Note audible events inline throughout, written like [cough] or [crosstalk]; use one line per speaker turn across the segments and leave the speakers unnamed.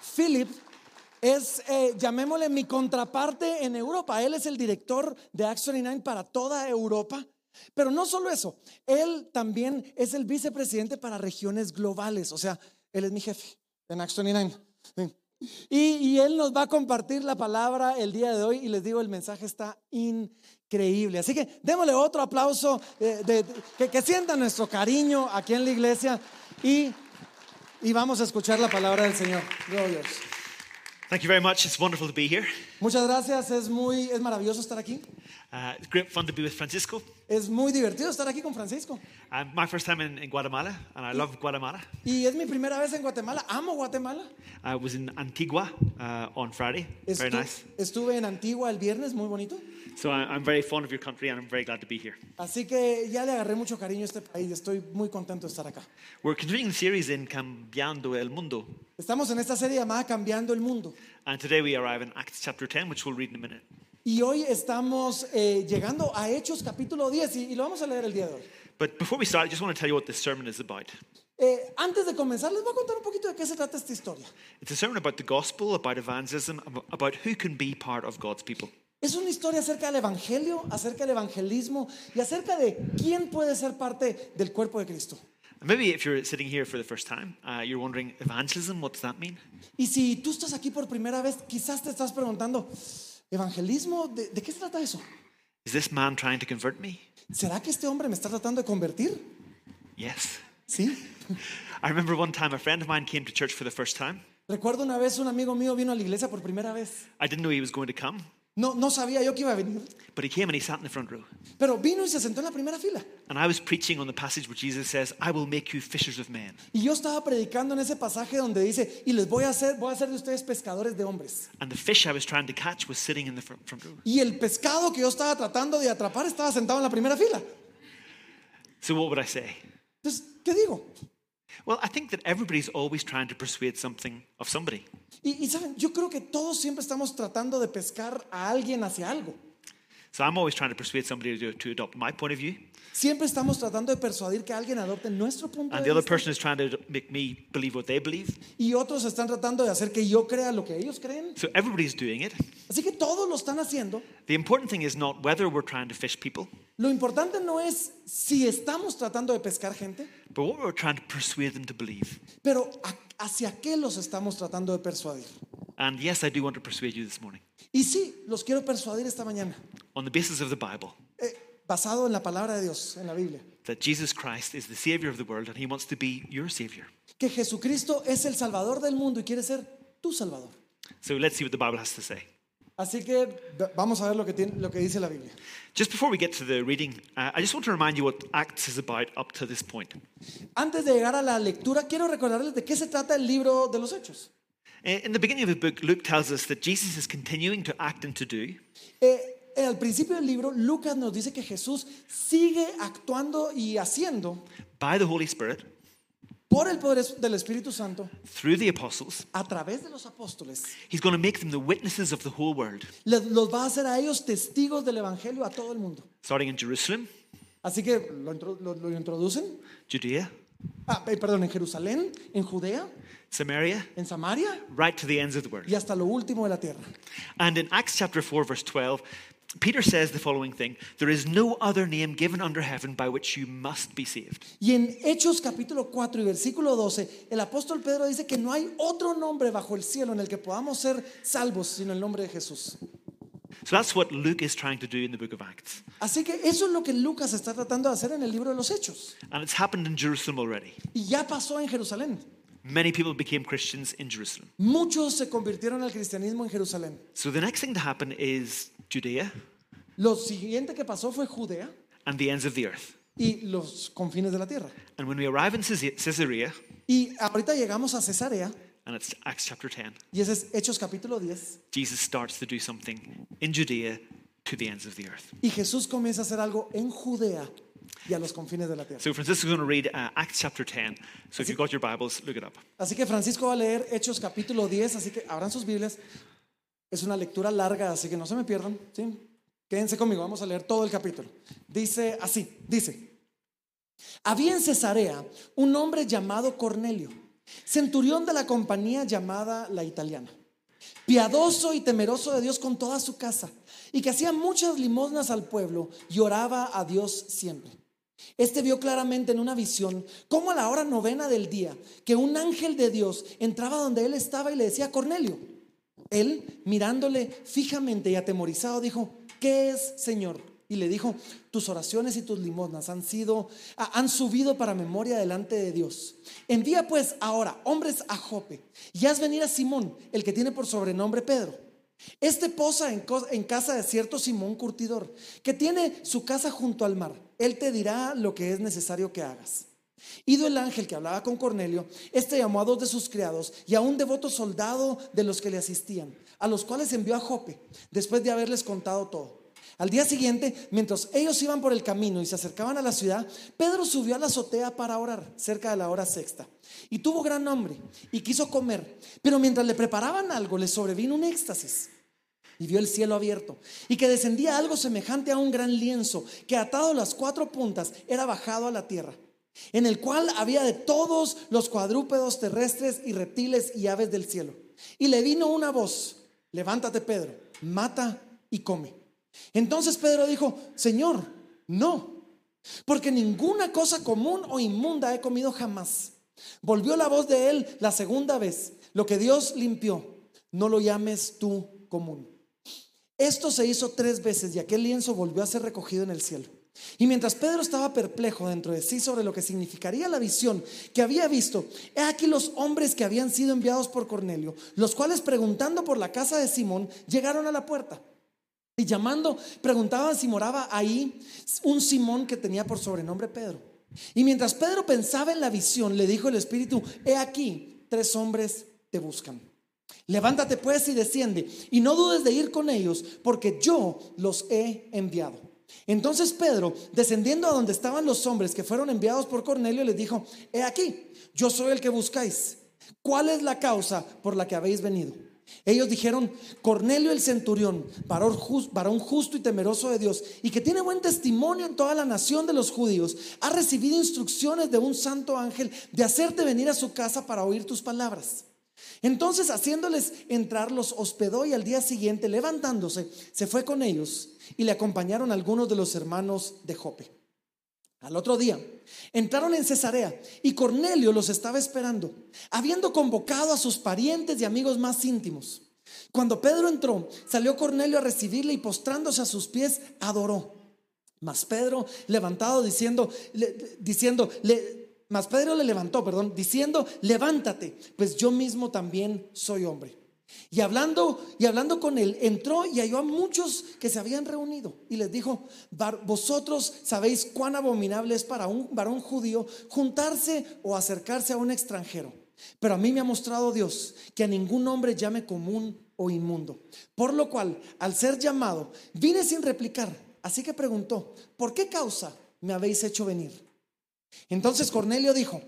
Philip es, eh, llamémosle, mi contraparte en Europa. Él es el director de Acts 29 para toda Europa. Pero no solo eso, él también es el vicepresidente para regiones globales. O sea, él es mi jefe en Acts 29. Y, y él nos va a compartir la palabra el día de hoy y les digo, el mensaje está increíble. Así que démosle otro aplauso, eh, de- de- que, que sienta nuestro cariño aquí en la iglesia y, y vamos a escuchar la palabra del Señor. Gloria a Dios.
Thank you very much. It's wonderful to be here.
Muchas gracias, es muy, es maravilloso estar aquí.
Uh, it's great fun to be with Francisco.
Es muy divertido estar aquí con Francisco.
Um, my first time in, in Guatemala, and I love Guatemala.
Y es mi primera vez en Guatemala, amo Guatemala.
I was in Antigua uh, on Friday. Very
Estu-
nice.
Estuve en Antigua el viernes, muy bonito.
So I, I'm very fond of your country, and I'm very glad to be here.
Así que ya le agarré mucho cariño a este país, estoy muy contento de estar acá.
We're continuing the series in Cambiando el Mundo,
Estamos en esta serie llamada Cambiando el Mundo.
and today we arrive in Acts chapter 10, which we'll read in a minute.
Y hoy estamos eh, llegando a Hechos capítulo 10 y, y lo vamos a leer el día de hoy.
But before we start, I just want to tell you what this sermon is about.
Eh, antes de comenzar, les voy a contar un poquito de qué se trata esta historia.
It's a sermon about the gospel, about evangelism, ab- about who can be part of God's people.
Es una historia acerca del Evangelio, acerca del evangelismo y acerca de quién puede ser parte del cuerpo de Cristo.
And maybe if you're sitting here for the first time, uh, you're wondering, evangelism, what does that mean?
Y si tú estás aquí por primera vez, quizás te estás preguntando, ¿evangelismo? ¿De, de qué se trata eso?
Is this man trying to convert me?
¿Será que este hombre me está tratando de convertir?
Yes.
Sí.
I remember one time a friend of mine came to church for the first time.
Recuerdo una vez un amigo mío vino a la iglesia por primera vez.
I didn't know he was going to come,
No, no sabía yo que iba a venir,
but he came and he sat in the front row.
pero vino y se sentó en la primera fila.
And I was preaching on the passage where Jesus says, I will make you fishers of men.
Y yo estaba predicando en ese pasaje donde dice, y les voy a hacer, voy a hacer de ustedes pescadores de hombres.
And the fish I was trying to catch was sitting in the front, front row.
Y el pescado que yo estaba tratando de atrapar estaba sentado en la primera fila.
So what would I say?
Entonces, ¿qué digo?
Well, I think that everybody's always trying to persuade something of somebody.
Y, y saben, yo creo que todos siempre estamos tratando de pescar a alguien hacia algo.
So I'm always trying to persuade somebody to, to adopt my point of view.
Siempre estamos tratando de persuadir que alguien adopte nuestro punto
And
de
the other
vista.
person is trying to make me believe what they believe.
Y otros están tratando de hacer que yo crea lo que ellos creen.
So everybody's doing it.
Así que todos lo están haciendo.
The important thing is not whether we're trying to fish people,
Lo importante no es si estamos tratando de pescar gente,
but what we're trying to persuade them to believe.
pero a- hacia qué los estamos tratando de persuadir.
And yes, I do want to persuade you this morning
Y sí, los quiero persuadir esta mañana,
on the basis of the Bible
eh, basado en la palabra de Dios, en la Biblia,
that Jesus Christ is the Savior of the world and He wants to be your Savior.
que Jesucristo es el Salvador del mundo y quiere ser tu Salvador.
So let's see what the Bible has to say.
Así que v- vamos a ver lo que, tiene- lo que dice la Biblia.
Just before we get to the reading, uh, I just want to remind you what Acts is about up to this point.
Antes de llegar a la lectura, quiero recordarles de qué se trata el libro de los Hechos.
I- In the beginning of the book, Luke tells us that Jesus is continuing to act and to do,
Eh, eh, al principio del libro, Lucas nos dice que Jesús sigue actuando y haciendo
by the Holy Spirit,
por el poder del Espíritu Santo
through the apostles.
a través de los apóstoles.
He's going to make them the witnesses of the whole world,
Les- los va a hacer a ellos testigos del Evangelio a todo el mundo.
starting in Jerusalem,
Así que lo, intro- lo- lo introducen,
Judea,
ah, eh, perdón, en Jerusalén, en Judea,
Samaria,
en Samaria
right to the ends of the world.
y hasta lo último de la tierra.
And in Acts chapter 4, verse 12, Peter says the following thing There is no other name given under heaven by which you must be saved.
Y en Hechos capítulo 4 y versículo 12, el apóstol Pedro dice que no hay otro nombre bajo el cielo en el que podamos ser salvos sino el nombre de Jesús.
So that's what Luke is trying to do in the book of Acts.
Así que eso es lo que Lucas está tratando de hacer en el libro de los Hechos.
And it's happened in Jerusalem already.
Y ya pasó en Jerusalén.
Many people became Christians in Jerusalem.
Muchos se convirtieron al cristianismo en Jerusalén.
So the next thing to happen is Judea
Lo siguiente que pasó fue Judea
and the ends of the earth.
y los confines de la tierra.
And when we arrive in Caes- Caesarea,
Y ahorita llegamos a Cesarea,
and it's Acts chapter 10,
y ese es Hechos capítulo 10,
Jesus starts to do something in Judea to the ends of the earth.
y Jesús comienza a hacer algo en Judea y a los confines de la tierra.
So Francisco's going to read uh, Acts chapter 10. So if you've got your Bibles, look it up.
Así que Francisco va a leer Hechos capítulo 10, así que abran sus Biblias. Es una lectura larga, así que no se me pierdan. ¿sí? Quédense conmigo, vamos a leer todo el capítulo. Dice así, dice, había en Cesarea un hombre llamado Cornelio, Centurión de la compañía llamada La Italiana. Piadoso y temeroso de Dios con toda su casa, y que hacía muchas limosnas al pueblo y oraba a Dios siempre. Este vio claramente en una visión cómo a la hora novena del día que un ángel de Dios entraba donde él estaba y le decía, Cornelio, él mirándole fijamente y atemorizado dijo, ¿qué es, Señor? Y le dijo, tus oraciones y tus limosnas han sido, ha- han subido para memoria delante de Dios. Envía pues ahora hombres a Jope y haz venir a Simón, el que tiene por sobrenombre Pedro. Este posa en, cos- en casa de cierto Simón Curtidor, que tiene su casa junto al mar. Él te dirá lo que es necesario que hagas. Ido el ángel que hablaba con Cornelio, este llamó a dos de sus criados y a un devoto soldado de los que le asistían, a los cuales envió a Jope, después de haberles contado todo. Al día siguiente, mientras ellos iban por el camino y se acercaban a la ciudad, Pedro subió a la azotea para orar cerca de la hora sexta. Y tuvo gran hambre y quiso comer, pero mientras le preparaban algo, le sobrevino un éxtasis y vio el cielo abierto y que descendía algo semejante a un gran lienzo que atado a las cuatro puntas era bajado a la tierra, en el cual había de todos los cuadrúpedos terrestres y reptiles y aves del cielo. Y le vino una voz, levántate Pedro, mata y come. Entonces Pedro dijo, Señor, no, porque ninguna cosa común o inmunda he comido jamás. Volvió la voz de él la segunda vez, lo que Dios limpió, no lo llames tú común. Esto se hizo tres veces y aquel lienzo volvió a ser recogido en el cielo. Y mientras Pedro estaba perplejo dentro de sí sobre lo que significaría la visión que había visto, he aquí los hombres que habían sido enviados por Cornelio, los cuales preguntando por la casa de Simón, llegaron a la puerta. Y llamando, preguntaban si moraba ahí un Simón que tenía por sobrenombre Pedro. Y mientras Pedro pensaba en la visión, le dijo el Espíritu, he aquí, tres hombres te buscan. Levántate pues y desciende, y no dudes de ir con ellos, porque yo los he enviado. Entonces Pedro, descendiendo a donde estaban los hombres que fueron enviados por Cornelio, les dijo, he aquí, yo soy el que buscáis. ¿Cuál es la causa por la que habéis venido? Ellos dijeron, Cornelio el centurión, varón jus- varón justo y temeroso de Dios, y que tiene buen testimonio en toda la nación de los judíos, ha recibido instrucciones de un santo ángel de hacerte venir a su casa para oír tus palabras. Entonces, haciéndoles entrar, los hospedó y al día siguiente, levantándose, se fue con ellos y le acompañaron algunos de los hermanos de Jope. Al otro día, entraron en Cesarea y Cornelio los estaba esperando, habiendo convocado a sus parientes y amigos más íntimos. Cuando Pedro entró, salió Cornelio a recibirle y postrándose a sus pies, adoró. Mas Pedro levantado diciendo, le- diciendo, le- mas Pedro le levantó, perdón, diciendo, levántate, pues yo mismo también soy hombre. Y hablando, y hablando con él, entró y halló a muchos que se habían reunido y les dijo, "Var- vosotros sabéis cuán abominable es para un varón judío juntarse o acercarse a un extranjero. Pero a mí me ha mostrado Dios que a ningún hombre llame común o inmundo. Por lo cual, al ser llamado, vine sin replicar. Así que preguntó, ¿por qué causa me habéis hecho venir? Entonces Cornelio dijo,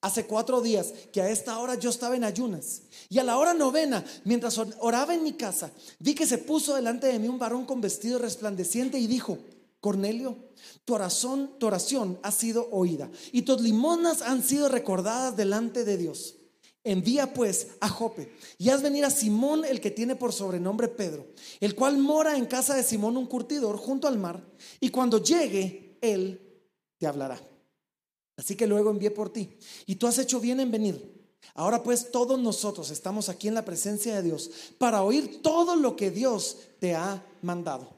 hace cuatro días que a esta hora yo estaba en ayunas y a la hora novena, mientras or- oraba en mi casa, vi que se puso delante de mí un varón con vestido resplandeciente y dijo, Cornelio, tu oración, tu oración ha sido oída y tus limonas han sido recordadas delante de Dios. Envía pues a Jope y haz venir a Simón el que tiene por sobrenombre Pedro, el cual mora en casa de Simón un curtidor junto al mar, y cuando llegue, él te hablará. Así que luego envié por ti. Y tú has hecho bien en venir. Ahora pues todos nosotros estamos aquí en la presencia de Dios para oír todo lo que Dios te ha mandado.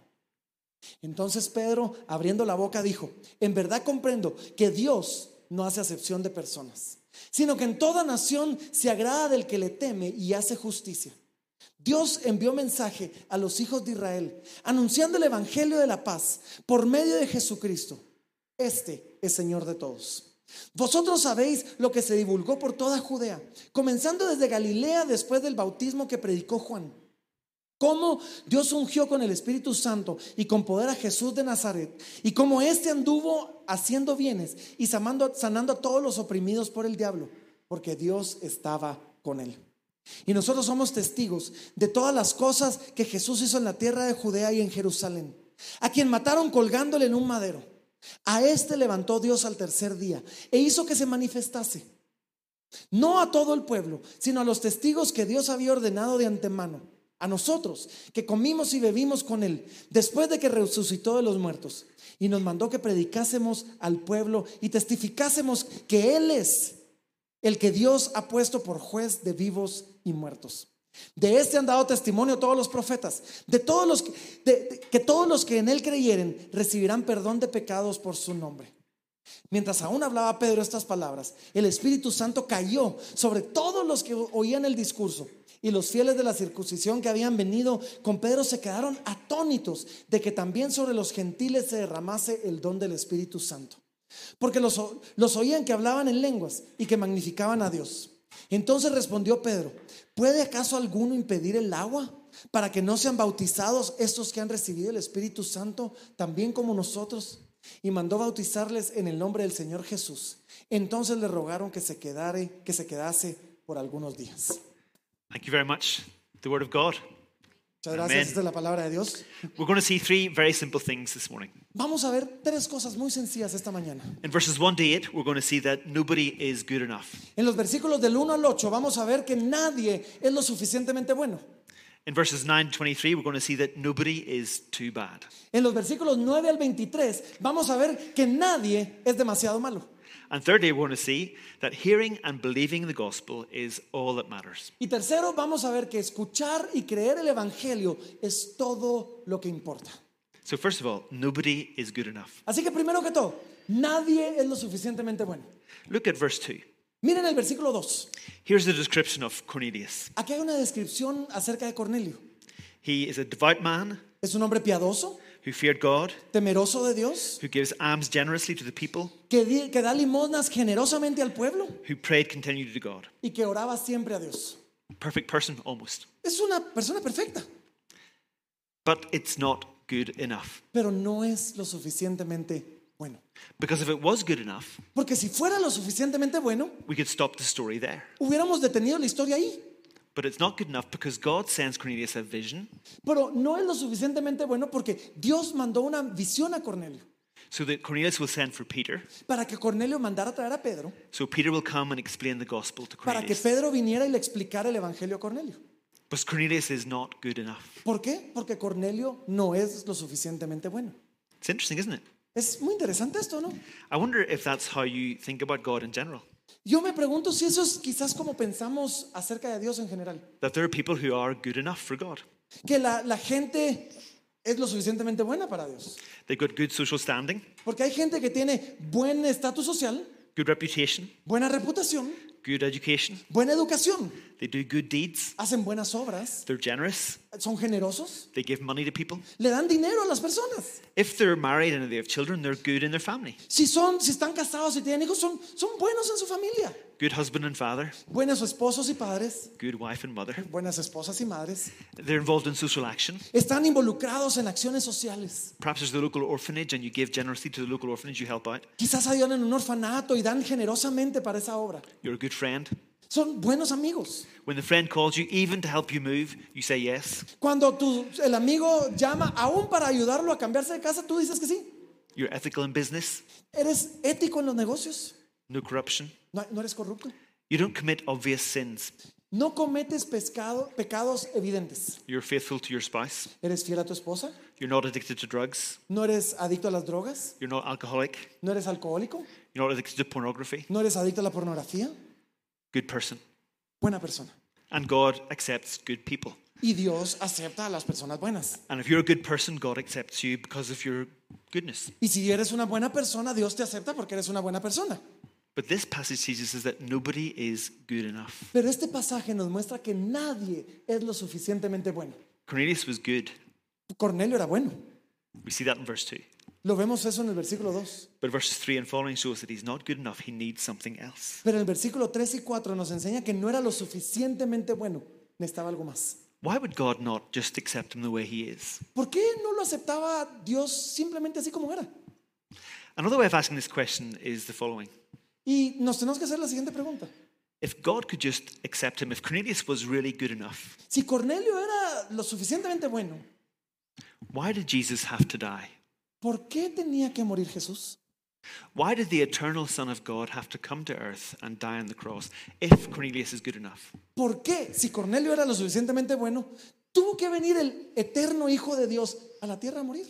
Entonces Pedro, abriendo la boca, dijo, en verdad comprendo que Dios no hace acepción de personas, sino que en toda nación se agrada del que le teme y hace justicia. Dios envió mensaje a los hijos de Israel, anunciando el Evangelio de la paz por medio de Jesucristo. Este es Señor de todos. Vosotros sabéis lo que se divulgó por toda Judea, comenzando desde Galilea después del bautismo que predicó Juan. Cómo Dios ungió con el Espíritu Santo y con poder a Jesús de Nazaret, y cómo éste anduvo haciendo bienes y sanando, sanando a todos los oprimidos por el diablo, porque Dios estaba con él. Y nosotros somos testigos de todas las cosas que Jesús hizo en la tierra de Judea y en Jerusalén, a quien mataron colgándole en un madero. A este levantó Dios al tercer día e hizo que se manifestase No a todo el pueblo, sino a los testigos que Dios había ordenado de antemano, a nosotros, que comimos y bebimos con Él, después de que resucitó de los muertos, y nos mandó que predicásemos al pueblo y testificásemos que Él es el que Dios ha puesto por juez de vivos y muertos. De este han dado testimonio todos los profetas, de todos los que, de- de- que todos los que en él creyeren recibirán perdón de pecados por su nombre. Mientras aún hablaba Pedro estas palabras, el Espíritu Santo cayó sobre todos los que oían el discurso. Y los fieles de la circuncisión que habían venido con Pedro se quedaron atónitos de que también sobre los gentiles se derramase el don del Espíritu Santo. Porque los, o- los oían que hablaban en lenguas y que magnificaban a Dios. Entonces respondió Pedro, ¿puede acaso alguno impedir el agua para que no sean bautizados estos que han recibido el Espíritu Santo también como nosotros? Y mandó bautizarles en el nombre del Señor Jesús. Entonces le rogaron que se, quedare, que se quedase por algunos días.
Thank you very much. The Word of God.
Muchas gracias,
Amén.
esta es la palabra de Dios.
We're going to see three very simple things this morning.
Vamos a ver tres cosas muy sencillas esta mañana.
In verses 1 to 8, we're going to see that nobody is good enough.
En los versículos del 1 al 8 vamos a ver que nadie es lo suficientemente bueno.
In verses 9 to 23, we're going to see that nobody is too bad.
En los versículos 9 al 23 vamos a ver que nadie es demasiado malo.
And thirdly, we're going to see that hearing and believing the gospel is all that matters.
Y tercero, vamos a ver que escuchar y creer el Evangelio es todo lo que importa.
So, first of all, nobody is good enough.
Así que primero que todo, nadie es lo suficientemente bueno.
Look at verse 2.
Miren el versículo 2.
Here's the description of Cornelius.
Aquí hay una descripción acerca de Cornelio.
He is a devout man
Es un hombre piadoso,
who feared God,
temeroso de Dios,
who gives alms generously to the people,
que, di- que da limosnas generosamente al pueblo
who prayed continually to God.
y que oraba siempre a Dios.
Perfect person, almost.
Es una persona perfecta,
But it's not good enough.
pero no es lo suficientemente bueno.
Because if it was good enough,
Porque si fuera lo suficientemente bueno,
we could stop the story there.
hubiéramos detenido la historia ahí.
But it's not good enough because God sends Cornelius a vision
Pero no es lo suficientemente bueno porque Dios mandó una visión a Cornelio
so that Cornelius will send for Peter.
para que Cornelio mandara a traer a Pedro,
So Peter will come and explain the gospel to
para que
Cornelius.
Pedro viniera y le explicara el Evangelio a Cornelio.
But Cornelius is not good enough.
¿Por qué? Porque Cornelio no es lo suficientemente bueno.
It's interesting, isn't it?
Es muy interesante esto, ¿no?
I wonder if that's how you think about God in general.
Yo me pregunto si eso es quizás como pensamos acerca de Dios en general.
That there are people who are good enough for God.
Que la, la gente es lo suficientemente buena para Dios.
They've got good social standing,
Porque hay gente que tiene buen estatus social,
good reputation,
buena reputación,
good education.
buena educación,
They do good deeds.
hacen buenas obras,
They're generous.
son generosos,
They give money to people.
le dan dinero a las personas.
If they're married and they have children, they're good in their family.
Si son, si están casados y tienen hijos, son, son buenos en su familia.
Good husband and father,
Buenos esposos y padres,
good wife and mother.
buenas esposas y madres.
They're involved in social action.
Están involucrados en acciones sociales.
Perhaps there's the local orphanage and you give generously to the local orphanage, you help out.
Quizás ayudan en un orfanato y dan generosamente para esa obra.
You're a good friend.
Son buenos amigos.
When the friend calls you, even to help you move, you say yes.
Cuando tu- el amigo llama aún para ayudarlo a cambiarse de casa, tú dices que sí.
You're ethical in business,
Eres ético en los negocios.
no corruption.
No, no eres corrupto.
You don't commit obvious sins.
No cometes pescado- pecados evidentes.
You're faithful to your spouse.
Eres fiel a tu esposa.
You're not addicted to drugs.
No eres adicto a las drogas.
You're not alcoholic.
No eres alcohólico.
You're not addicted to pornography.
No eres adicto a la pornografía.
Good person.
Buena persona.
And God accepts good people.
Y Dios acepta a las personas buenas.
And if you're a good person, God accepts you because of your goodness.
Y si eres una buena persona, Dios te acepta porque eres una buena persona.
But this passage teaches us that nobody is good enough.
Pero este pasaje nos muestra que nadie es lo suficientemente bueno.
Cornelius was good.
Cornelio era bueno.
We see that in verse 2.
Lo vemos eso en el versículo 2.
But verses 3 and following shows that he's not good enough. He needs something else.
Pero en el versículo 3 y 4 nos enseña que no era lo suficientemente bueno. Necesitaba algo más.
Why would God not just accept him the way he is?
¿Por qué no lo aceptaba Dios simplemente así como era?
Another way of asking this question is the following
Y nos tenemos que hacer la siguiente pregunta.
If God could just accept him, if Cornelius was really good enough,
Si Cornelio era lo suficientemente bueno,
why did Jesus have to die?
¿Por qué tenía que morir Jesús?
Why did the eternal Son of God have to come to earth and die on the cross if Cornelius is good enough?
¿Por qué, si Cornelio era lo suficientemente bueno, tuvo que venir el eterno Hijo de Dios a la tierra a morir?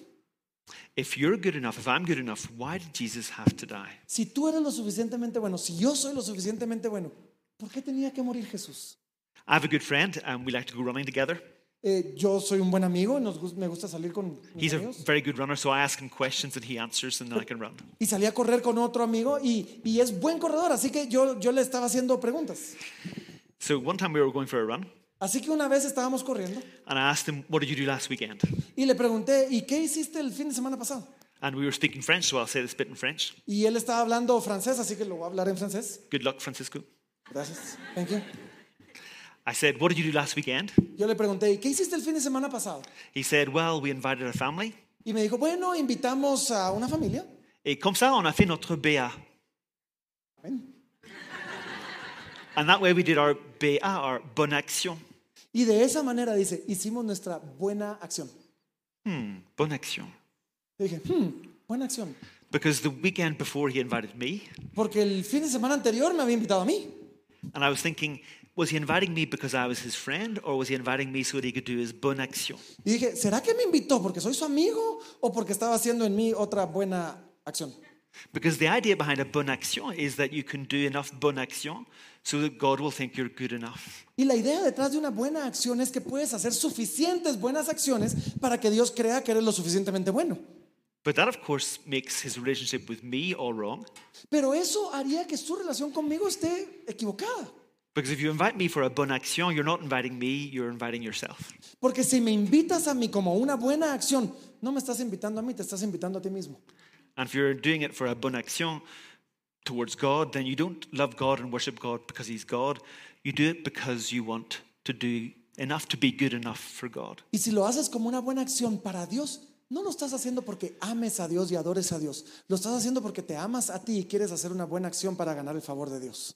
If you're good enough, if I'm good enough, why did Jesus have to die?
Si tú eres lo suficientemente bueno, si yo soy lo suficientemente bueno, ¿por qué tenía que morir Jesús?
I have a good friend, and we like to go running together.
Eh, yo soy un buen amigo, nos gus- me gusta salir con mis
He's a
amigos.
very good runner, so I ask him questions and he answers, and then I can run.
Y salí a correr con otro amigo y, y es buen corredor, así que yo, yo le estaba haciendo preguntas.
So one time we were going for a run,
Así que una vez estábamos corriendo
and I asked him, What did you do last weekend?
y le pregunté, ¿y qué hiciste el fin de semana pasado?
And we were speaking French, so I'll say this bit in French.
Y él estaba hablando francés, así que lo voy a hablar en francés.
Good luck, Francisco.
Gracias. Thank you.
I said, What did you do last weekend?
Yo le pregunté, ¿y qué hiciste el fin de semana pasado?
He said, Well, we invited our family.
Y me dijo, bueno, invitamos a una familia.
Et comme ça, on a fait notre BA.
Amén.
And that way we did our BA, our bonne action.
Y de esa manera, dice, hicimos nuestra buena acción.
Hmm, bonne action.
Y dije, "Hmm, buena acción.
Because the weekend before he invited me,
Porque el fin de semana anterior me había invitado a mí.
and I was thinking, was he inviting me because I was his friend, or was he inviting me so that he could do his bonne action?
Y dije, ¿será que me invitó porque soy su amigo o porque estaba haciendo en mí otra buena acción?
Because the idea behind a bonne action is that you can do enough bonne action so that God will think you're good enough.
Y la idea detrás de una buena acción es que puedes hacer suficientes buenas acciones para que Dios crea que eres lo suficientemente bueno.
But that, of course, makes his relationship with me all wrong.
Pero eso haría que su relación conmigo esté equivocada.
Because if you invite me for a bonne action, you're not inviting me, you're inviting yourself.
Porque si me invitas a mí como una buena acción, no me estás invitando a mí, te estás invitando a ti mismo.
And if you're doing it for a bonne action towards God, then you don't love God and worship God because He's God. You do it because you want to do enough to be good enough for God.
Y si lo haces como una buena acción para Dios, no lo estás haciendo porque ames a Dios y adores a Dios. Lo estás haciendo porque te amas a ti y quieres hacer una buena acción para ganar el favor de Dios.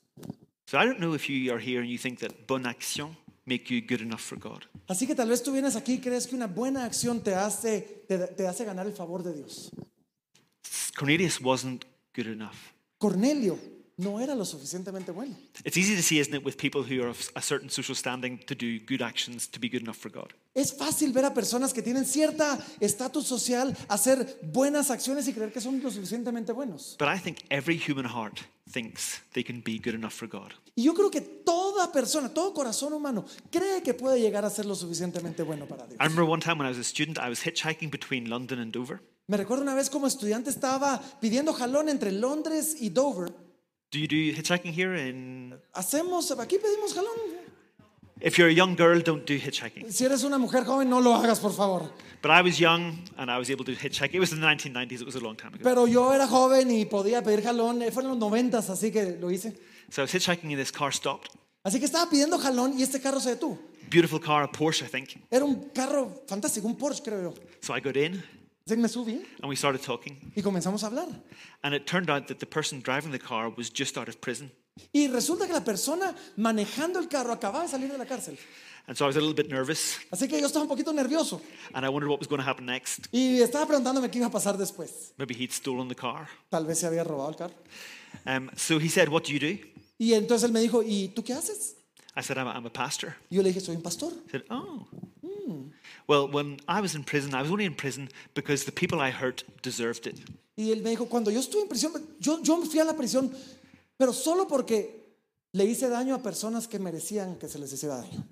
So I don't know if you are here and you think that bonne action make you good enough for God.
Así que tal vez tú vienes aquí y crees que una buena acción te hace, te, te hace ganar el favor de Dios.
Cornelius wasn't good enough.
Cornelio no era lo suficientemente bueno.
It's easy to see, isn't it, with people who are of a certain social standing to do good actions to be good enough for God.
Es fácil ver a personas que tienen cierta estatus social hacer buenas acciones y creer que son lo suficientemente buenos.
But I think every human heart thinks they can be good enough for God.
Y yo creo que toda persona, todo corazón humano cree que puede llegar a ser lo suficientemente bueno para Dios.
I remember one time when I was a student, I was hitchhiking between London and Dover.
Me recuerdo una vez como estudiante estaba pidiendo jalón entre Londres y Dover.
Do you do hitchhiking here? In
Hacemos, aquí pedimos jalón.
if you're a young girl, don't do hitchhiking.
Si eres una mujer joven, no lo hagas, por favor.
But I was young and I was able to hitchhike. It was in the 1990s. It was a long time ago.
Pero yo era joven y podía pedir jalón. Eh, Fue en los noventas, así que lo hice.
So I was hitchhiking and this car stopped.
Así que estaba pidiendo jalón y este carro se detuvo.
Beautiful car, a Porsche, I think.
Era un carro fantástico, un Porsche, creo yo.
So I got in
Así que me subí
and we started talking.
y comenzamos a hablar.
And it turned out that the person driving the car was just out of prison.
Y resulta que la persona manejando el carro acababa de salir de la cárcel.
And so I was a little bit nervous
Así que yo estaba un poquito nervioso
and I wondered what was going to happen next.
y estaba preguntándome qué iba a pasar después.
Maybe he'd stolen the car.
Tal vez se había robado el carro.
Um, so he said, What do you do?
Y entonces él me dijo, ¿y tú qué haces?
I said, I'm a, I'm a pastor.
Y yo le dije, soy un pastor.
I said, Oh. Well, when I was in prison, I was only in prison because the people I hurt deserved it.
Y él me dijo, cuando yo estuve en prisión, yo, yo fui a la prisión, pero solo porque le hice daño a personas que merecían que se les hiciera daño.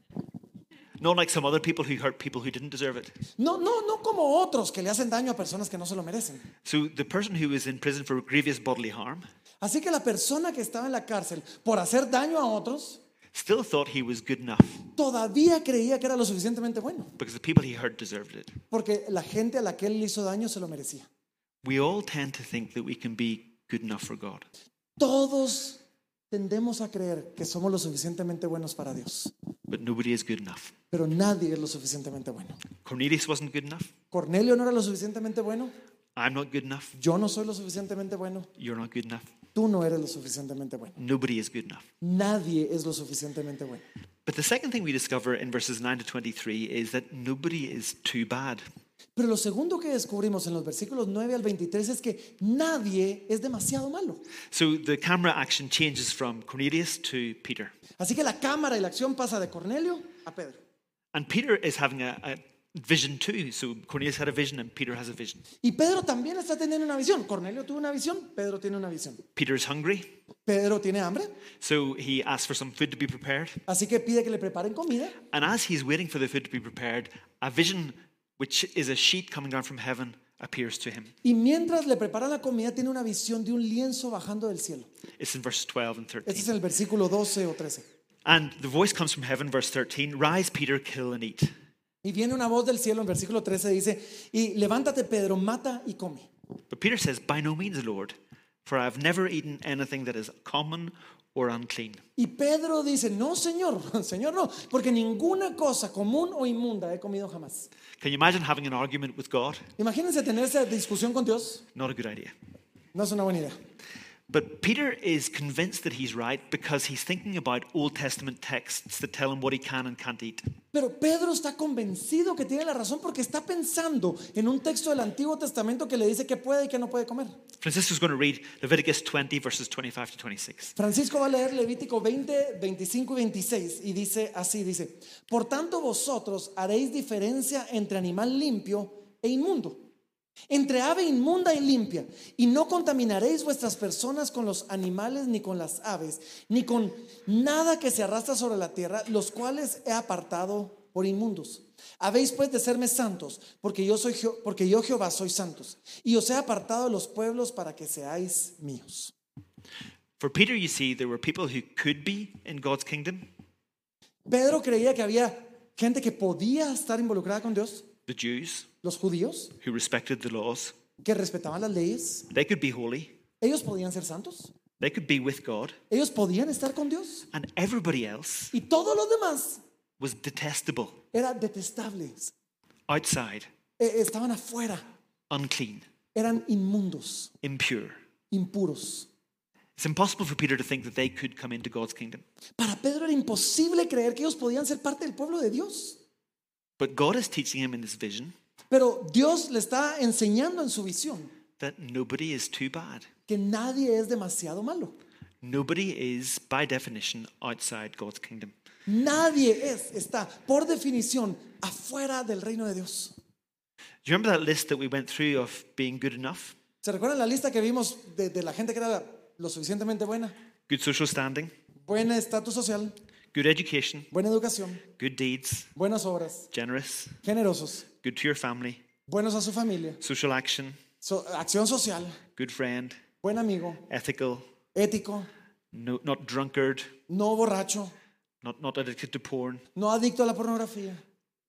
Not like some other people who hurt people who didn't deserve it.
No, no, no como otros que le hacen daño a personas que no se lo merecen.
So the person who was in prison for grievous bodily harm
Así que la persona que estaba en la cárcel por hacer daño a otros,
still thought he was good enough
todavía creía que era lo suficientemente bueno,
because the people he hurt deserved it.
porque la gente a la que él le hizo daño se lo merecía.
We all tend to think that we can be good enough for God.
Todos tendemos a creer que somos lo suficientemente buenos para Dios,
But nobody is good enough.
pero nadie es lo suficientemente bueno.
Cornelius wasn't good enough.
Cornelio no era lo suficientemente bueno,
I'm not good enough.
yo no soy lo suficientemente bueno,
You're not good enough.
tú no eres lo suficientemente bueno.
Nobody is good enough.
Nadie es lo suficientemente bueno.
But the second thing we discover in verses 9 to 23 is that nobody is too bad.
Pero lo segundo que descubrimos en los versículos 9 al 23 es que nadie es demasiado malo.
So the camera action changes from Cornelius to Peter.
Así que la cámara y la acción pasa de Cornelio a Pedro.
And Peter is having a, a vision too. So Cornelius had a vision and Peter has a vision.
Y Pedro también está teniendo una visión. Cornelio tuvo una visión, Pedro tiene una visión.
Peter is hungry,
Pedro tiene hambre,
so he asks for some food to be prepared.
así que pide que le preparen comida.
And as he's waiting for the food to be prepared, a vision, which is a sheet coming down from heaven, appears to him.
Y mientras le preparan la comida, tiene una visión de un lienzo bajando del cielo.
It's in verse 12 and 13.
Este es el versículo 12 o 13.
And the voice comes from heaven, verse 13 Rise, Peter, kill and eat.
Y viene una voz del cielo, en versículo 13 dice, y levántate Pedro, mata y come.
But Peter says, By no means, Lord, for I have never eaten anything that is common or unclean.
Y Pedro dice, no señor, [laughs] señor no, porque ninguna cosa común o inmunda he comido jamás.
Can you imagine having an argument with God?
Imagínense tener esa discusión con Dios,
Not a good idea.
no es una buena idea.
But Peter is convinced that he's right because he's thinking about Old Testament texts that tell him what he can and can't eat.
Pero Pedro está convencido que tiene la razón porque está pensando en un texto del Antiguo Testamento que le dice que puede y que no puede comer.
Francisco's going to read Leviticus 20, verses 25 to 26.
Francisco va a leer Levítico 20, 25 y 26 y dice así, dice, por tanto vosotros haréis diferencia entre animal limpio e inmundo, entre ave inmunda y limpia, y no contaminaréis vuestras personas con los animales ni con las aves, ni con nada que se arrastra sobre la tierra, los cuales he apartado por inmundos. Habéis pues de serme santos, porque yo, soy, Jeho- porque yo Jehová soy santos, y os he apartado de los pueblos para que seáis míos.
For Peter, you see, there were people who could be in God's kingdom,
Pedro creía que había gente que podía estar involucrada con Dios,
the Jews,
los judíos,
who respected the laws.
que respetaban las leyes.
They could be holy,
Ellos podían ser santos,
they could be with God,
ellos podían estar con Dios.
and everybody else
Y todos los demás
was detestable,
eran detestables,
outside,
eh, estaban afuera,
unclean,
eran inmundos,
impure.
impuros.
It's impossible for Peter to think that they could come into God's kingdom.
Para Pedro era imposible creer que ellos podían ser parte del pueblo de Dios.
But God is teaching him in this vision
Pero Dios le está enseñando en su visión
that nobody is too bad.
que nadie es demasiado malo.
Nobody is, by definition, outside God's kingdom.
Nadie es, está por definición afuera del reino de Dios.
Do you remember that list that we went through of being good enough,
¿Se recuerdan la lista que vimos de, de la gente que era lo suficientemente buena?
good social standing,
Buen estatus social,
good education,
buena educación,
good deeds,
buenas obras,
generous,
generosos,
good to your family,
buenos a su familia,
social action,
so- acción social,
good friend,
buen amigo,
ethical,
ético,
no, not drunkard,
no borracho,
not, not addicted to porn.
no adicto a la pornografía.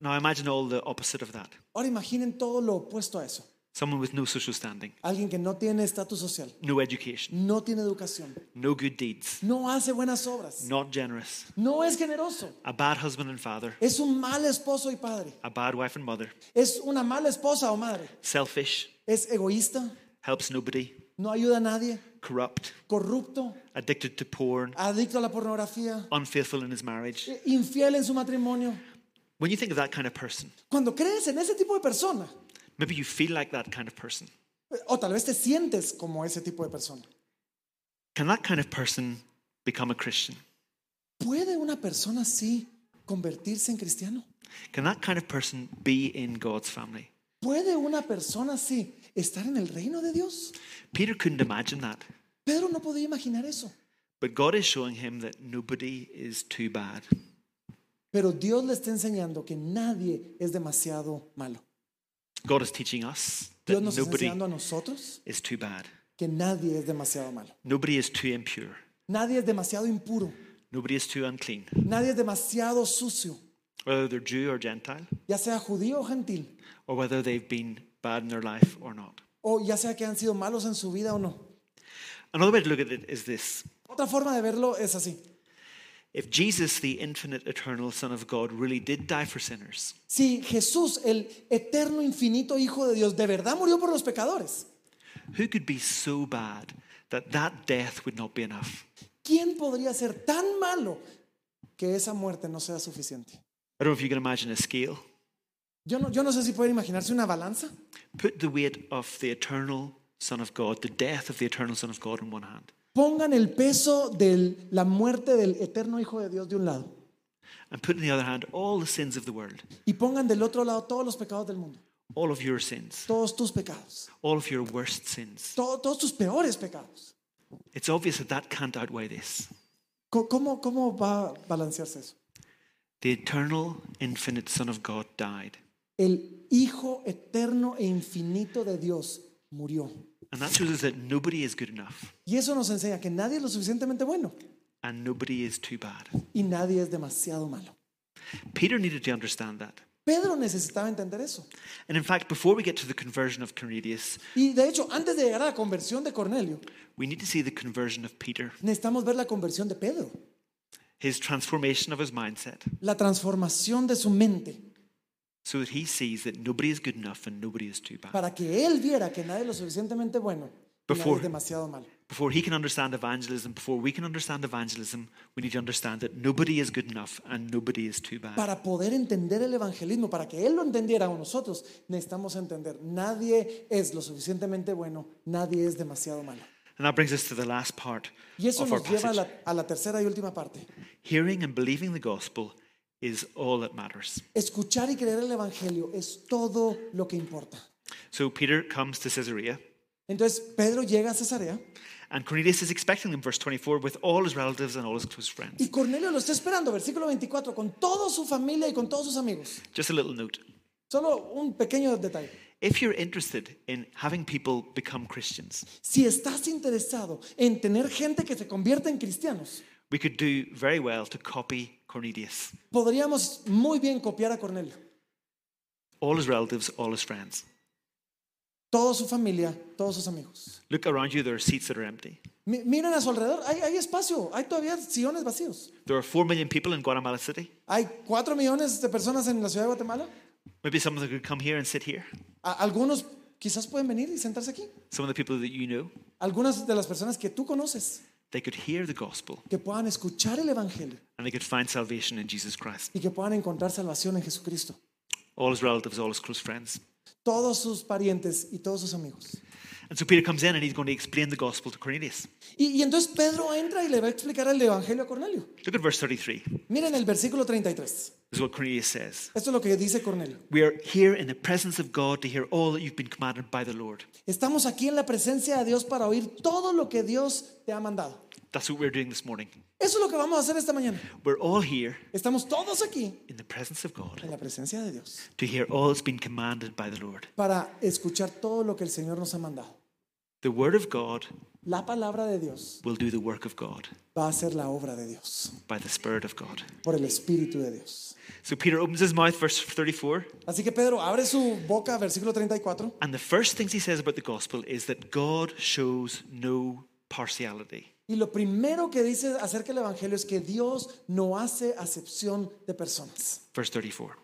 Now imagine all the opposite of that.
Ahora imaginen todo lo opuesto a eso.
Someone with no social standing,
Alguien que no tiene estatus social,
no education,
no tiene educación,
no good deeds,
no hace buenas obras,
not generous,
no es generoso,
a bad husband and father,
es un mal esposo y padre,
a bad wife and mother,
es una mala esposa o madre,
selfish,
es egoísta,
helps nobody,
no ayuda a nadie,
corrupt,
corrupto,
addicted to porn,
adicto a la pornografía, eh,
unfaithful in his marriage.
infiel en su matrimonio.
When you think of that kind of person,
Cuando crees en ese tipo de persona, eh,
maybe you feel like that kind of person.
o tal vez te sientes como ese tipo de persona,
Can that kind of person become a Christian?
¿puede una persona así convertirse en cristiano?
Can that kind of person be in God's family?
¿Puede una persona así estar en el reino de Dios?
Peter couldn't imagine that,
Pedro no podía imaginar eso.
but God is showing him that nobody is too bad.
Pero Dios le está enseñando que nadie es demasiado malo.
God is teaching us
Dios
that
nos está
nobody
enseñando a nosotros
is too bad.
que nadie es demasiado malo.
Nobody is too impure.
Nadie es demasiado impuro.
Nobody is too unclean,
Nadie es demasiado sucio,
whether they're Jew or Gentile,
ya sea judío o gentil,
or whether they've been bad in their life or not.
o ya sea que han sido malos en su vida o no.
Another way to look at it is this
Otra forma de verlo es así.
If Jesus, the infinite, eternal Son of God, really did die for sinners,
Si Jesús, el eterno, infinito Hijo de Dios, de verdad murió por los pecadores,
who could be so bad that that death would not be enough?
¿quién podría ser tan malo que esa muerte no sea suficiente?
I don't know if you can imagine a scale.
Yo no, yo no sé si pueden imaginarse una balanza
Put the weight of the eternal Son of God, the death of the eternal Son of God, in one hand,
Pongan el peso de la muerte del eterno Hijo de Dios de un lado
and put in the other hand all the sins of the world,
y pongan del otro lado todos los pecados del mundo,
all of your sins,
todos tus pecados,
all of your worst sins.
to- todos tus peores pecados.
It's obvious that that can't outweigh this.
Co- ¿Cómo, ¿Cómo va a balancearse eso?
The eternal, infinite Son of God died.
El Hijo eterno e infinito de Dios murió.
And that shows us that nobody is good enough
Y eso nos enseña que nadie es lo suficientemente bueno
and nobody is too bad.
y nadie es demasiado malo.
Peter needed to understand that.
Pedro necesitaba entender eso.
And in fact, before we get to the conversion of Cornelius,
Y de hecho, antes de llegar a la conversión de Cornelio,
we need to see the conversion of Peter,
necesitamos ver la conversión de Pedro,
his transformation of his mindset,
la transformación de su mente.
so that he sees that nobody is good enough and nobody is too bad.
para que él viera que nadie es lo suficientemente bueno y nadie es
Before-
demasiado malo.
Before he can understand evangelism, before we can understand evangelism, we need to understand that nobody is good enough and nobody is too bad.
Para poder entender el evangelismo, para que él lo entendiera o nosotros, necesitamos entender, nadie es lo suficientemente bueno, nadie es demasiado malo.
And that brings us to the last part
Y eso
of our
nos lleva a
passage.
la, a la tercera y última parte.
Hearing and believing the gospel is all that matters.
Escuchar y creer el evangelio es todo lo que importa.
So Peter comes to Caesarea,
Entonces Pedro llega a Cesarea
and Cornelius is expecting him, verse 24, with all his relatives and all his close friends.
y Cornelio lo está esperando, versículo 24, con toda su familia y con todos sus amigos.
Just a little note.
Solo un pequeño detalle.
If you're interested in having people become Christians,
Si estás interesado en tener gente que se convierta en cristianos,
we could do very well to copy Cornelius.
podríamos muy bien copiar a Cornelio.
All his relatives, all his friends.
Toda su familia, todos sus amigos.
Look around you, there are seats that are empty.
Mi- miren a su alrededor, hay, hay espacio, hay todavía sillones vacíos.
There are 4 million people in Guatemala City.
Hay cuatro millones de personas en la ciudad de Guatemala.
Maybe some of them could come here and sit here.
A- algunos quizás pueden venir y sentarse aquí.
Some of the people that you know,
Algunas de las personas que tú conoces
they could hear the gospel
que puedan escuchar el Evangelio
and they could find salvation in Jesus Christ.
y que puedan encontrar salvación en Jesucristo.
All his relatives, all his close friends.
Todos sus parientes y todos sus amigos.
And so Peter comes in and he's going to explain the gospel to Cornelius.
Y, y entonces Pedro entra y le va a explicar el Evangelio a Cornelio.
Look at verse 33. This
Miren el versículo 33.
is what Cornelius says.
Esto es lo que dice Cornelio.
We are here in the presence of God to hear all that you've been commanded by the Lord.
Estamos aquí en la presencia de Dios para oír todo lo que Dios te ha mandado.
That's what we're doing this morning.
Eso es lo que vamos a hacer esta mañana.
We're all here
Estamos todos aquí
in the presence of God
en la presencia de Dios
to hear all that's been commanded by the Lord.
para escuchar todo lo que el Señor nos ha mandado.
The word of God
La palabra de Dios
will do the work of God
va a ser la obra de Dios
by the Spirit of God.
por el Espíritu de Dios.
So Peter opens his mouth, verse 34,
Así que Pedro abre su boca, versículo 34,
and the first things he says about the gospel is that God shows no partiality.
y lo primero que dice acerca del Evangelio es que Dios no hace acepción de personas.
Verse 34.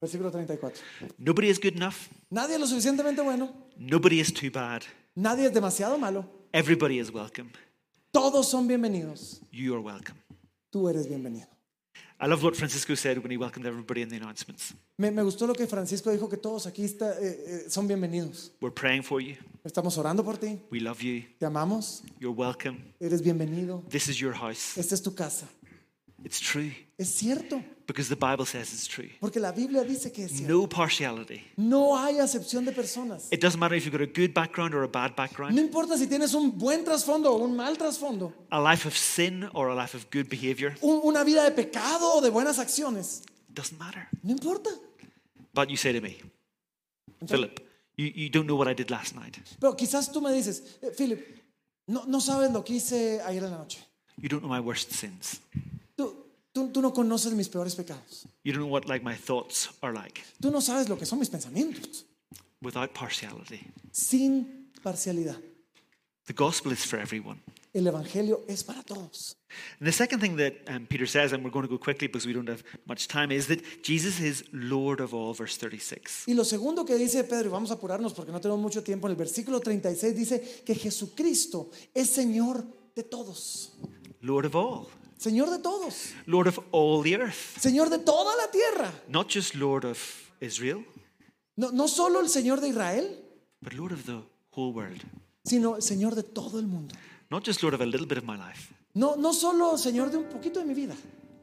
Versículo 34.
Nobody is good enough,
Nadie es lo suficientemente bueno,
nobody is too bad,
nadie es demasiado malo,
everybody is welcome.
todos son bienvenidos.
You are welcome.
tú eres bienvenido.
I love what Francisco said when he welcomed everybody in the announcements.
Me, me gustó lo que Francisco dijo, que todos aquí está- eh, eh, son bienvenidos.
We're praying for you.
Estamos orando por ti,
We love you.
te amamos,
You're welcome.
eres bienvenido,
This is your house.
esta es tu casa.
It's true
Es cierto,
because the Bible says it's true.
porque la Biblia dice que es cierto.
No partiality.
No hay acepción de personas.
It doesn't matter if you've got a good background or a bad background,
No importa si tienes un buen trasfondo o un mal trasfondo,
a life of sin or a life of good behavior.
un- una vida de pecado o de buenas acciones,
It doesn't matter.
no importa.
But you say to me, Philip, you, you don't know what I did last night.
Pero quizás tú me dices, "Eh, Philip, no, no sabes lo que hice ayer en la noche.
You don't know my worst sins.
Tú, tú, tú no conoces mis peores pecados.
You don't know what like my thoughts are like
Tú no sabes lo que son mis pensamientos.
without partiality.
sin parcialidad.
The gospel is for everyone.
El Evangelio es para todos.
And the second thing that um, Peter says, and we're going to go quickly because we don't have much time, is that Jesus is Lord of all, verse 36.
Y lo segundo que dice Pedro, y vamos a apurarnos porque no tenemos mucho tiempo, en el versículo 36 dice que Jesucristo es Señor de todos.
Lord of all.
Señor de todos,
Lord of all the earth,
Señor de toda la tierra.
not just Lord of Israel,
No, no solo el Señor de Israel,
but Lord of the whole world.
sino el Señor de todo el mundo.
Not just Lord of a little bit of my life,
No, no solo Señor de un poquito de mi vida,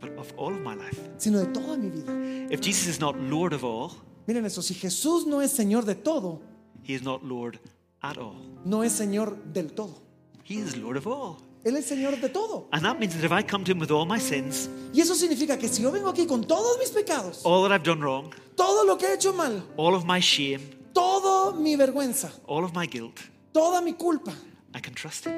but of all of my life.
sino de toda mi vida.
If Jesus is not Lord of all,
Miren eso, si Jesús no es Señor de todo,
he is not Lord at all.
no es Señor del todo.
He is Lord of all.
Él es Señor de todo.
And that means that if I come to him with all my sins,
Y eso significa que si yo vengo aquí con todos mis pecados,
all that I've done wrong,
todo lo que he hecho mal,
all of my shame,
toda mi vergüenza,
all of my guilt,
toda mi culpa,
I can trust him.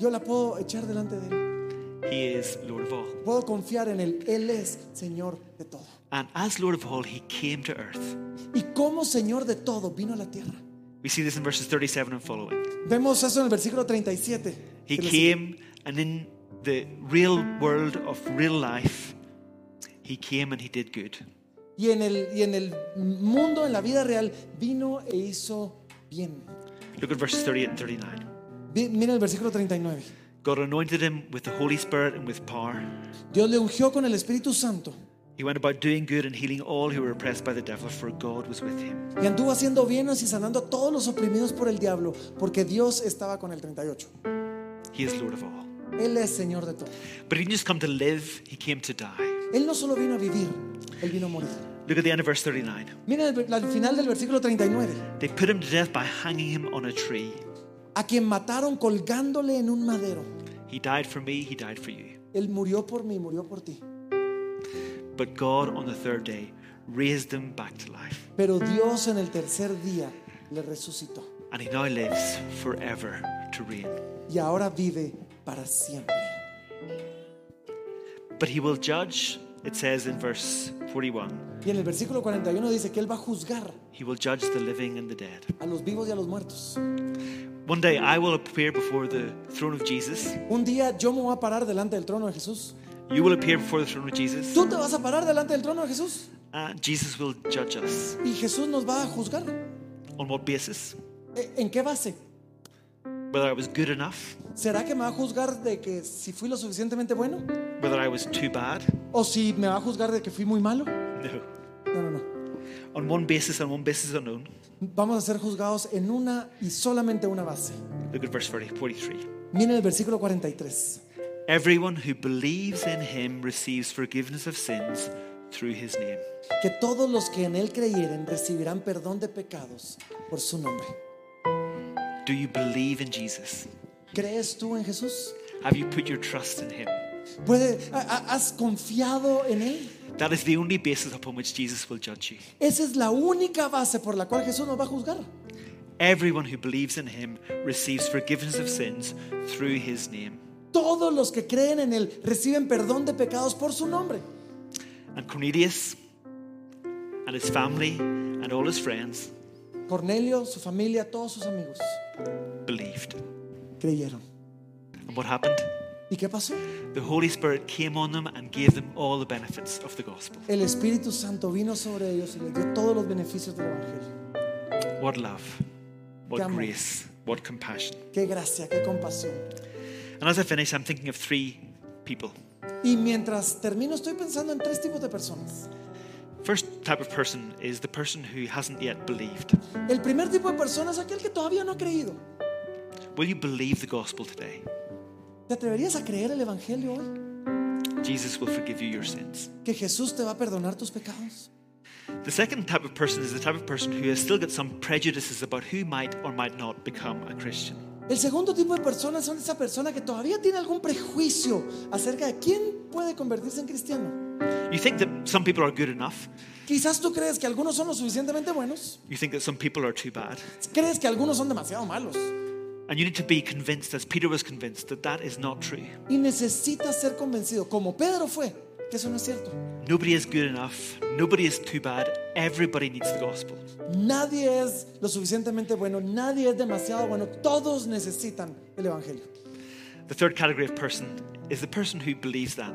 yo la puedo echar delante de Él.
He is Lord of all.
Puedo confiar en Él. Él es Señor de todo.
And as Lord of all, he came to earth.
Y como Señor de todo vino a la tierra.
We see this in verses 37 and following.
Vemos eso en el versículo 37.
He
que le
came, and in the real world of real life, he came and he did good.
Y en, el, y en el mundo, en la vida real, vino e hizo bien.
Look at verses 38 and 39.
Vi- Mira el versículo 39.
God anointed him with the Holy Spirit and with power.
Dios le ungió con el Espíritu Santo
He went about doing good and healing all who were oppressed by the devil, for God was with him.
y anduvo haciendo bienes y sanando a todos los oprimidos por el diablo, porque Dios estaba con el 38.
He is Lord of all.
Él es Señor de todo.
But he didn't just come to live, he came to die.
Él no solo vino a vivir, Él vino a morir.
Look at the end of verse 39.
Mira el, al final del versículo 39.
They put him to death by hanging him on a tree.
A quien mataron colgándole en un madero.
He died for me, he died for you.
Él murió por mí, murió por ti.
But God on the third day raised him back to life,
Pero Dios en el tercer día le resucitó.
and he now lives forever to reign.
y ahora vive para siempre.
But he will judge, it says in verse 41,
Y en el versículo 41 dice que Él va a juzgar
he will judge the living and the dead.
a los vivos y a los muertos.
One day I will appear before the throne of Jesus.
Un día yo me voy a parar delante del trono de Jesús.
You will appear before the throne of Jesus.
Tú te vas a parar delante del trono de Jesús
And Jesus will judge us.
y Jesús nos va a juzgar.
On what basis?
¿E- ¿En qué base?
Whether I was good enough,
¿Será que me va a juzgar de que si fui lo suficientemente bueno?
whether I was too bad?
¿O si me va a juzgar de que fui muy malo?
No.
No, no, no.
On one basis and one basis unknown.
Vamos a ser juzgados en una y solamente una base.
Look at verse 40, 43.
Miren el versículo 43.
Everyone who believes in him receives forgiveness of sins through his name.
Que todos los que en Él creyeren recibirán perdón de pecados por su nombre.
Do you believe in Jesus?
¿Crees tú en Jesús?
Have you put your trust in him?
¿Puede, ha- ha- ¿Has confiado en Él?
That is the only basis upon which Jesus will judge you.
Esa es la única base por la cual Jesús nos va a juzgar.
Everyone who believes in him receives forgiveness of sins through his name.
Todos los que creen en Él reciben perdón de pecados por su nombre.
And Cornelius and his family and all his friends
Cornelio, su familia, todos sus amigos
believed.
creyeron.
And what happened?
¿Y qué pasó?
The Holy Spirit came on them and gave them all the benefits of the gospel.
El Espíritu Santo vino sobre ellos y les dio todos los beneficios del Evangelio.
What love, what
Qué amor.
grace, what compassion.
Qué gracia, qué compasión.
And as I finish, I'm thinking of three people.
Y mientras termino, estoy pensando en tres tipos de personas.
First type of person is the person who hasn't yet believed.
El primer tipo de persona es aquel que todavía no ha creído.
Will you believe the gospel today?
¿Te atreverías a creer el Evangelio hoy?
Jesus will forgive you your sins.
que Jesús te va a perdonar tus pecados.
The second type of person is the type of person who has still got some prejudices about who might or might not become a Christian.
El segundo tipo de personas son esa persona que todavía tiene algún prejuicio acerca de quién puede convertirse en cristiano.
You think that some people are good enough.
Quizás tú crees que algunos son lo suficientemente buenos,
You think that some people are too bad.
crees que algunos son demasiado malos
And you need to be convinced, as Peter was convinced, that that is not true.
y necesitas ser convencido, como Pedro fue, que eso no es cierto.
Nobody is good enough. Nobody is too bad. Everybody needs the gospel.
Nadie es lo suficientemente bueno, nadie es demasiado bueno, todos necesitan el Evangelio.
The third category of person is the person who believes that.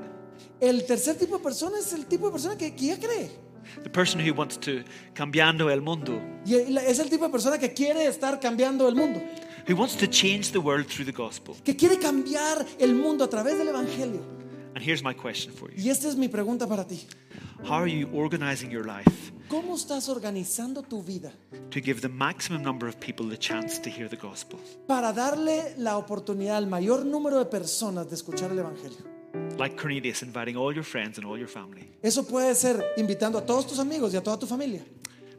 El tercer tipo de persona es el tipo de persona que, que ya cree.
The person who wants to cambiando el mundo,
Y el- es el tipo de persona que quiere estar cambiando el mundo.
who wants to change the world through the gospel.
que quiere cambiar el mundo a través del Evangelio.
And here's my question for you
Y esta es mi pregunta para ti.
How are you organizing your life
¿Cómo estás organizando tu vida
to give the maximum number of people the chance to hear the gospel?
para darle la oportunidad al mayor número de personas de escuchar el Evangelio?
Like Cornelius, inviting all your friends and all your family.
Eso puede ser invitando a todos tus amigos y a toda tu familia.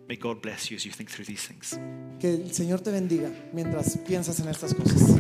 May God bless you as you think through these things.
Que el Señor te bendiga mientras piensas en estas cosas.